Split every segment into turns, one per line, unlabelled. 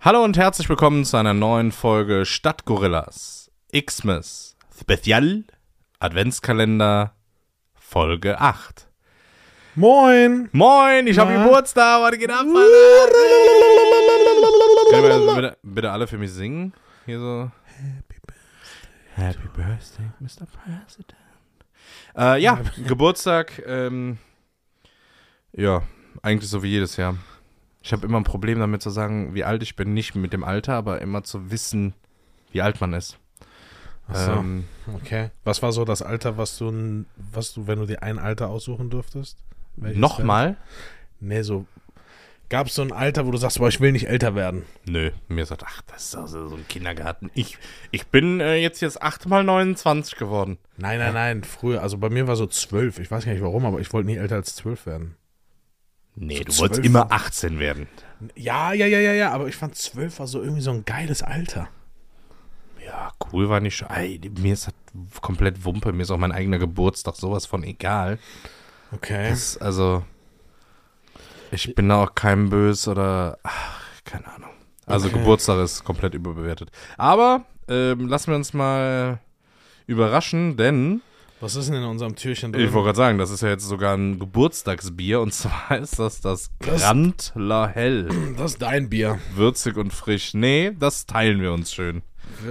Hallo und herzlich willkommen zu einer neuen Folge Stadtgorillas Xmas Special Adventskalender Folge 8.
Moin!
Moin, ich habe
Na?
Geburtstag, heute geht ab. Alter. Können wir also bitte, bitte alle für mich singen? Hier so. Happy Birthday, Mr. President. Äh, ja, Geburtstag, ähm, ja, eigentlich so wie jedes Jahr. Ich habe immer ein Problem damit zu sagen, wie alt ich bin, nicht mit dem Alter, aber immer zu wissen, wie alt man ist.
Achso,
Ähm,
okay. Was war so das Alter, was du, n- was du, wenn du dir ein Alter aussuchen dürftest? Welches
Nochmal?
wär- Nee, so. Gab es so ein Alter, wo du sagst, boah, ich will nicht älter werden?
Nö, mir sagt, ach, das ist also so ein Kindergarten. Ich, ich bin äh, jetzt jetzt 8 mal 29 geworden.
Nein, nein, nein, früher. Also bei mir war so zwölf. Ich weiß gar nicht warum, aber ich wollte nie älter als zwölf werden.
Nee,
So
du wolltest
12.
immer 18 werden.
Ja, ja, ja, ja, ja, aber ich fand zwölf war so irgendwie so ein geiles Alter.
Ja, cool war nicht schon. Ey, mir ist das komplett Wumpe. Mir ist auch mein eigener Geburtstag sowas von egal.
Okay.
Das, also, ich bin da auch keinem böse oder. Ach, keine Ahnung. Also,
Okay.
Geburtstag ist komplett überbewertet. Aber ähm, lassen wir uns mal überraschen, denn
Mhm. Was ist denn in unserem Türchen drin?
ich wollte gerade sagen, das ist ja jetzt sogar ein Geburtstagsbier und zwar ist das das
Das-
Grandler Hell.
das ist dein Bier.
Würzig und frisch. Nee, das teilen wir uns schön.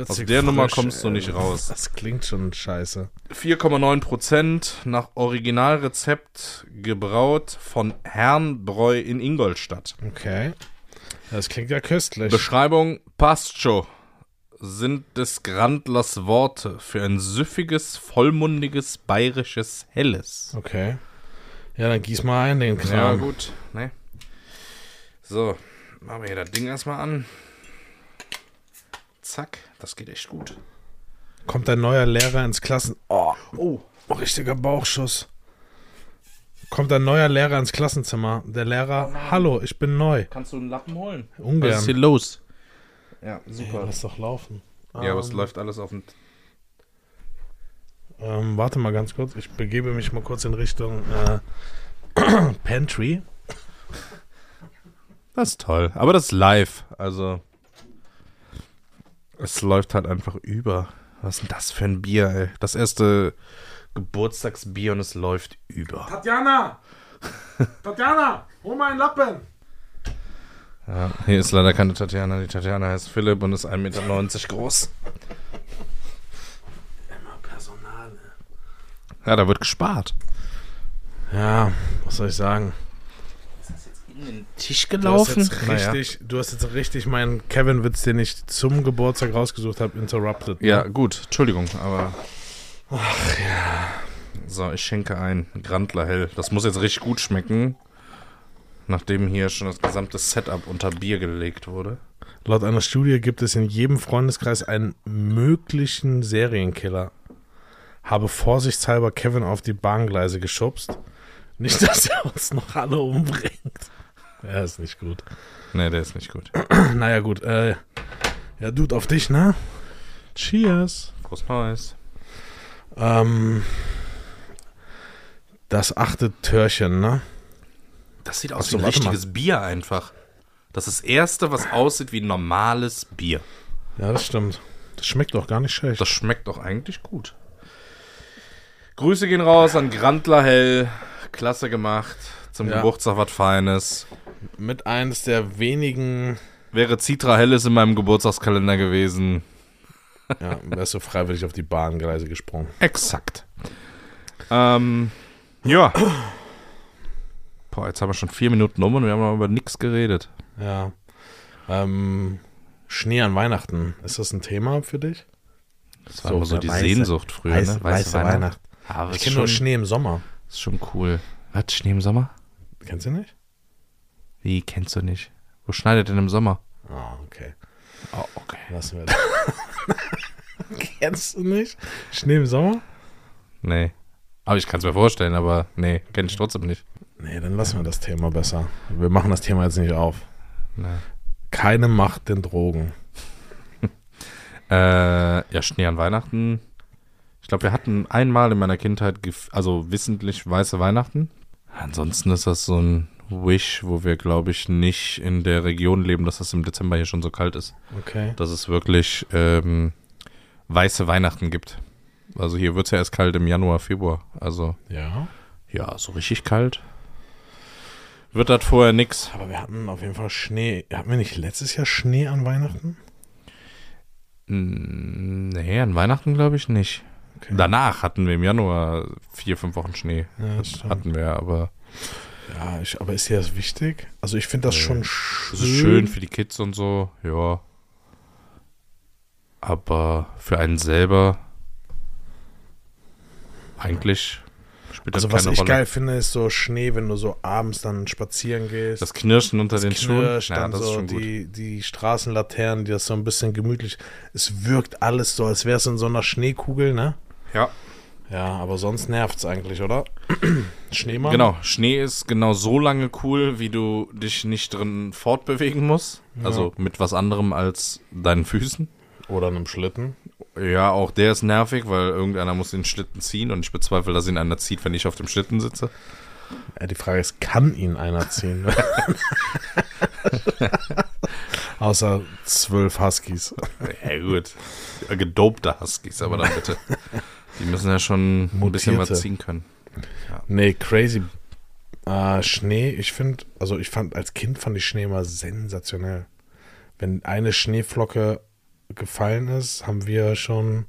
Aus der
frisch,
Nummer kommst du
äh,
nicht raus.
Das klingt schon scheiße.
4,9% nach Originalrezept gebraut von Herrnbräu in Ingolstadt.
Okay. Das klingt ja köstlich.
Beschreibung Pascho sind des Grandlers Worte für ein süffiges, vollmundiges, bayerisches Helles.
Okay. Ja, dann gieß mal ein den Kram.
Ja, gut. Ne? So, machen wir hier das Ding erstmal an. Zack, das geht echt gut.
Kommt ein neuer Lehrer ins Klassen... Oh, oh, richtiger Bauchschuss. Kommt ein neuer Lehrer ins Klassenzimmer. Der Lehrer, hallo, ich bin neu.
Kannst du einen Lappen holen? Was ist
Ungern.
hier los? Ja, super.
Lass doch laufen.
ja, aber es
Ähm,
läuft alles auf dem
Ähm, warte mal ganz kurz. Ich begebe mich mal kurz in Richtung äh, Pantry.
Das ist toll. Aber das ist live. Also. Es läuft halt einfach über. Was ist denn das für ein Bier, ey? Das erste Geburtstagsbier und es läuft über.
Tatjana! Tatjana, hol mal einen Lappen!
Ja, hier ist leider keine Tatjana. Die Tatjana heißt Philipp und ist 1,90 Meter groß.
Immer Personal.
Ja, da wird gespart.
Ja, was soll ich sagen?
Tisch
Du hast jetzt richtig, du hast jetzt richtig meinen Kevin-Witz, den ich zum Geburtstag rausgesucht habe, interrupted.
Ja, gut. Entschuldigung, aber. Ach ja. So, ich schenke ein. Grandler Hell. Das muss jetzt richtig gut schmecken. Nachdem hier schon das gesamte Setup unter Bier gelegt wurde.
Laut einer Studie gibt es in jedem Freundeskreis einen möglichen Serienkiller. Habe vorsichtshalber Kevin auf die Bahngleise geschubst. Nicht, dass er uns noch alle umbringt. Ja, ist nicht gut.
Nee, der ist nicht gut.
Naja, gut. Äh, ja, Dude, auf dich, ne? Cheers.
Groß Neues.
Ähm, das achte Törchen, ne?
Das sieht aus
Ach so,
wie ein
warte mal.
richtiges Bier einfach. Das ist das erste, was aussieht wie ein normales Bier.
Ja, das stimmt. Das schmeckt doch gar nicht schlecht.
Das schmeckt doch eigentlich gut. Grüße gehen raus an Grandler Hell. Klasse gemacht. Zum
Ja.
Geburtstag was Feines.
mit eines der wenigen,
Wäre Citra Helles in meinem Geburtstagskalender gewesen.
ja, wärst du freiwillig auf die Bahngleise gesprungen.
Exakt. Ähm, ja. Boah, jetzt haben wir schon vier Minuten um und wir haben noch über nichts geredet.
Ja. Ähm, Schnee an Weihnachten, ist das ein Thema für dich?
Das war
So,
immer so die
weiße-
Sehnsucht früher,
Weiß-
ne?
weiße Weihnacht.
Aber
Ich
ich
kenne
kenne
nur
schon,
Schnee im Sommer.
Ist schon cool. Was, Schnee im Sommer?
Kennst du nicht?
Wie, kennst du nicht? Wo schneidet denn im Sommer?
Ah, okay.
Oh, okay.
Lassen wir das. Kennst du nicht? Schnee im Sommer?
Nee. Aber ich kann es mir vorstellen, aber nee, kenne ich trotzdem nicht.
Nee, dann lassen wir das Thema besser. Wir machen das Thema jetzt nicht auf.
Nee.
Keine Macht den Drogen.
Äh, ja, Schnee an Weihnachten. Ich glaube, wir hatten einmal in meiner Kindheit, gef- also wissentlich weiße Weihnachten. Ansonsten ist das so ein Wish, wo wir, glaube ich, nicht in der Region leben, dass das im Dezember hier schon so kalt ist.
Okay.
Dass es wirklich ähm, weiße Weihnachten gibt. Also hier wird es ja erst kalt im Januar, Februar. Also
Ja.
ja, so richtig kalt wird das vorher nix.
Aber wir hatten auf jeden Fall Schnee. Hatten wir nicht letztes Jahr Schnee an Weihnachten?
Mm, Nee, an Weihnachten glaube ich nicht.
Okay.
Danach hatten wir im Januar vier, fünf Wochen Schnee.
Ja, das
Das
stimmt.
hatten wir, aber
ja ich, aber ist dir das wichtig? Also ich finde das
Nee.
schon
es
schön.
ist schön für die Kids und so, ja. Aber für einen selber eigentlich spielt das
Also was
keine
ich
Rolle.
geil finde, ist so Schnee, wenn du so abends dann spazieren gehst.
das Knirschen unter den
Knirscht,
Schuhen, ja,
dann
das ist
so
schon gut.
die, die Straßenlaternen, die das so ein bisschen gemütlich. Es wirkt alles so, als wäre es in so einer Schneekugel, ne?
Ja.
Ja, aber sonst nervt's eigentlich, oder? Schneemann?
Genau, Schnee ist genau so lange cool, wie du dich nicht drin fortbewegen musst. Also mit was anderem als deinen Füßen.
Oder einem Schlitten.
Ja, auch der ist nervig, weil irgendeiner muss den Schlitten ziehen und ich bezweifle, dass ihn einer zieht, wenn ich auf dem Schlitten sitze.
Ja, die Frage ist, kann ihn einer ziehen? Außer zwölf Huskies.
Ja, gut. Ja, Gedopte Huskies, aber dann bitte. Die müssen ja schon ein bisschen was
Mutierte.
ziehen können.
Nee, crazy. Äh, Schnee, ich finde, also ich fand, als Kind fand ich Schnee immer sensationell. Wenn eine Schneeflocke gefallen ist, haben wir schon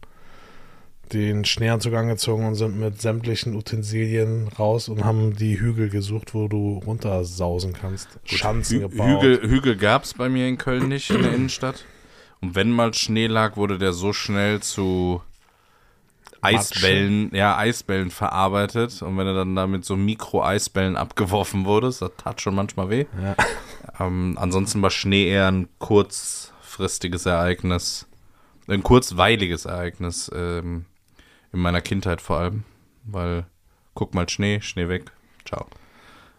den Schneeanzug angezogen und sind mit sämtlichen Utensilien raus und haben die Hügel gesucht, wo du runtersausen kannst. Schanzen
Hü
gebaut.
Hügel, Hügel gab es bei mir in Köln nicht in der Innenstadt. Und wenn mal Schnee lag, wurde der so schnell zu Eisbällen, ja, Eisbällen verarbeitet. Und wenn er dann da mit so Mikro-Eisbällen abgeworfen wurde, das tat schon manchmal weh.
Ja.
Ähm, ansonsten war Schnee eher ein kurzfristiges Ereignis, ein kurzweiliges Ereignis ähm, in meiner Kindheit vor allem, weil guck mal Schnee, Schnee weg, ciao.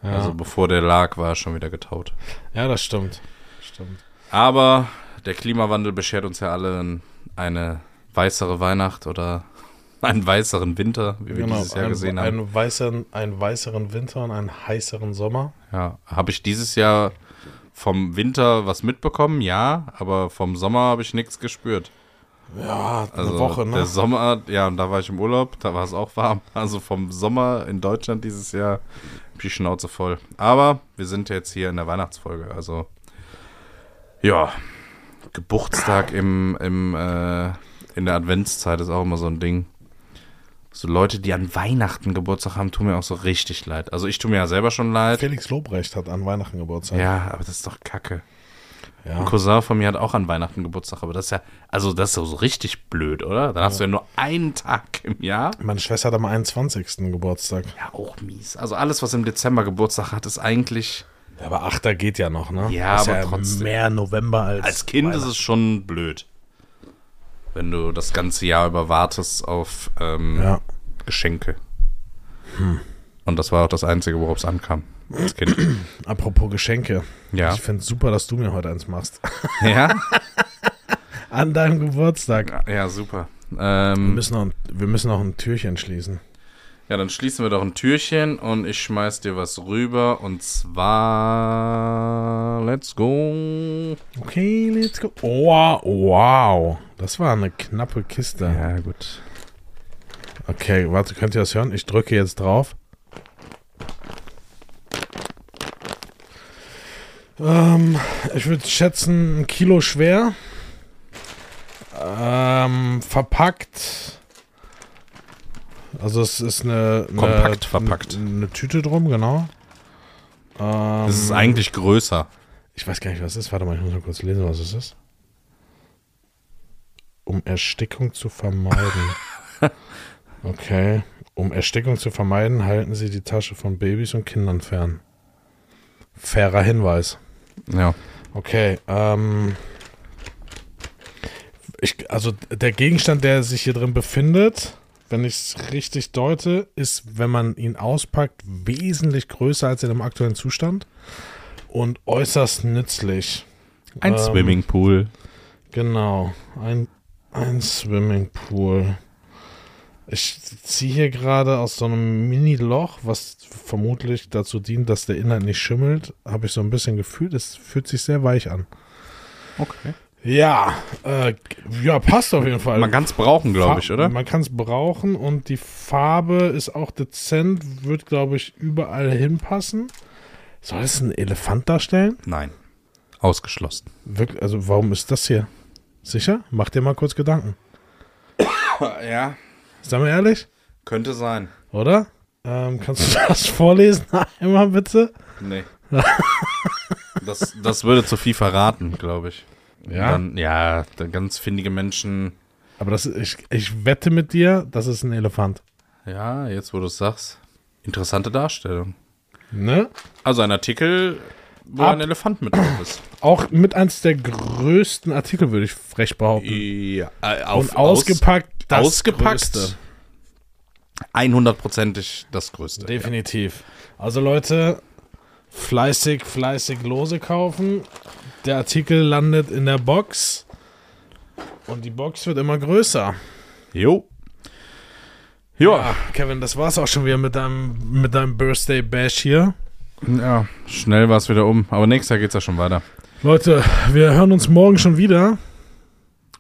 Ja.
Also bevor der lag, war er schon wieder getaut.
ja, das stimmt. Stimmt.
Aber der Klimawandel beschert uns ja alle eine weißere Weihnacht oder einen weißeren Winter, wie wir dieses Jahr
Genau, ein,
gesehen haben.
einen weißeren, einen weißeren Winter und einen heißeren Sommer.
Ja, habe ich dieses Jahr vom Winter was mitbekommen? Ja, aber vom Sommer habe ich nichts gespürt.
Ja, eine
Also
Woche, ne?
Der Sommer, ja, und da war ich im Urlaub, da war es auch warm. Also vom Sommer in Deutschland dieses Jahr hab ich die Schnauze voll. Aber wir sind jetzt hier in der Weihnachtsfolge, also ja, Geburtstag im, im äh, in der Adventszeit ist auch immer so ein Ding. So Leute, die an Weihnachten Geburtstag haben, tun mir auch so richtig leid. Also ich tue mir ja selber schon leid.
Felix Lobrecht hat an Weihnachten Geburtstag.
Ja, aber das ist doch Kacke. Ein
Ja.
Cousin von mir hat auch an Weihnachten Geburtstag, aber das ist ja, also das ist ja so richtig blöd, oder? Dann hast du ja nur einen Tag im Jahr.
Meine Schwester hat am 21. Geburtstag.
Ja, auch mies. Also alles, was im Dezember Geburtstag hat, ist eigentlich,
Aber 8. geht ja noch, ne?
Ja,
ist
aber
ja
trotzdem.
mehr November als.
als Kind ist es schon blöd. Wenn du das ganze Jahr über wartest auf ähm,
Ja.
Geschenke. Hm. Und das war auch das Einzige, worauf es ankam. Als Kind.
Apropos Geschenke.
Ja.
Ich finde es super, dass du mir heute eins machst.
ja?
An deinem Geburtstag.
Ja, super.
Wir
Ähm,
müssen, noch ein, wir müssen noch ein Türchen schließen.
Ja, dann schließen wir doch ein Türchen und ich schmeiß dir was rüber und zwar let's go.
Okay, let's go. Oh, wow. Das war eine knappe Kiste.
Ja, gut.
Okay, warte, könnt ihr das hören? Ich drücke jetzt drauf. Ähm, ich würde schätzen, ein Kilo schwer. Ähm, verpackt. Also es ist eine, eine
Kompakt verpackt.
Eine, eine Tüte drum, genau. Ähm,
Das ist eigentlich größer.
ich weiß gar nicht, was es ist. Warte mal, ich muss mal kurz lesen, was es ist. Um Erstickung zu vermeiden. okay. Um Erstickung zu vermeiden, halten Sie die Tasche von Babys und Kindern fern. Fairer Hinweis.
Ja.
Okay, ähm. Ich, also der Gegenstand, der sich hier drin befindet, wenn ich es richtig deute, ist, wenn man ihn auspackt, wesentlich größer als in dem aktuellen Zustand und äußerst nützlich.
Ein
Ähm,
Swimmingpool.
Genau, ein, ein Swimmingpool. Ich ziehe hier gerade aus so einem Mini-Loch, was vermutlich dazu dient, dass der Inhalt nicht schimmelt, habe ich so ein bisschen gefühlt. Es fühlt sich sehr weich an.
Okay.
Ja, äh, ja, passt auf jeden Fall.
Man kann es brauchen, glaube ich,
Fa-
oder?
Man kann es brauchen und die Farbe ist auch dezent, wird, glaube ich, überall hinpassen. Soll es einen Elefant darstellen?
Nein. Ausgeschlossen.
Wirklich, also warum ist das hier? Sicher? Mach dir mal kurz Gedanken.
Ja,
Sag mal ehrlich,
könnte sein.
oder? Ähm, kannst du das vorlesen einmal bitte?
Nee. das, das würde zu viel verraten, glaube ich.
Ja?
Dann, ja, dann ganz findige Menschen.
Aber das, ich, ich wette mit dir, das ist ein Elefant.
Ja, jetzt wo du es sagst. Interessante Darstellung.
Ne?
Also ein Artikel, wo
Ab-
ein Elefant mit drauf ist.
Auch mit eins der größten Artikel, würde ich frech behaupten.
Ja, äh, auf,
Und ausgepackt, das
aus, ausgepackt.
Größte.
100%ig das Größte.
Definitiv. Also Leute, fleißig, fleißig Lose kaufen. Der Artikel landet in der Box. Und die Box wird immer größer.
Jo. Ja.
Ah, Kevin, das war's auch schon wieder mit deinem, mit deinem Birthday Bash hier.
ja, schnell war es wieder um. Aber nächstes Jahr geht's ja schon weiter.
Leute, wir hören uns morgen schon wieder.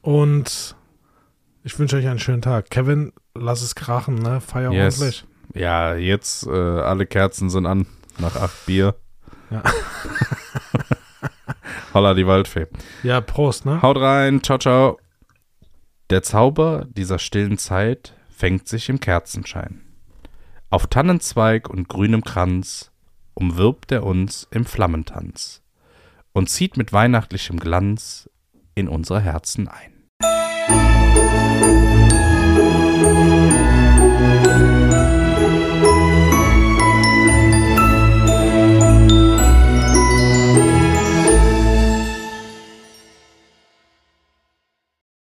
Und ich wünsche euch einen schönen Tag. Kevin, lass es krachen, ne? Feier
Yes.
ordentlich.
Ja, jetzt äh, alle Kerzen sind an nach acht Bier.
Ja.
Holla die Waldfee.
Ja, Prost, ne?
Haut rein, ciao, ciao. Der Zauber dieser stillen Zeit fängt sich im Kerzenschein. Auf Tannenzweig und grünem Kranz umwirbt er uns im Flammentanz und zieht mit weihnachtlichem Glanz in unsere Herzen ein.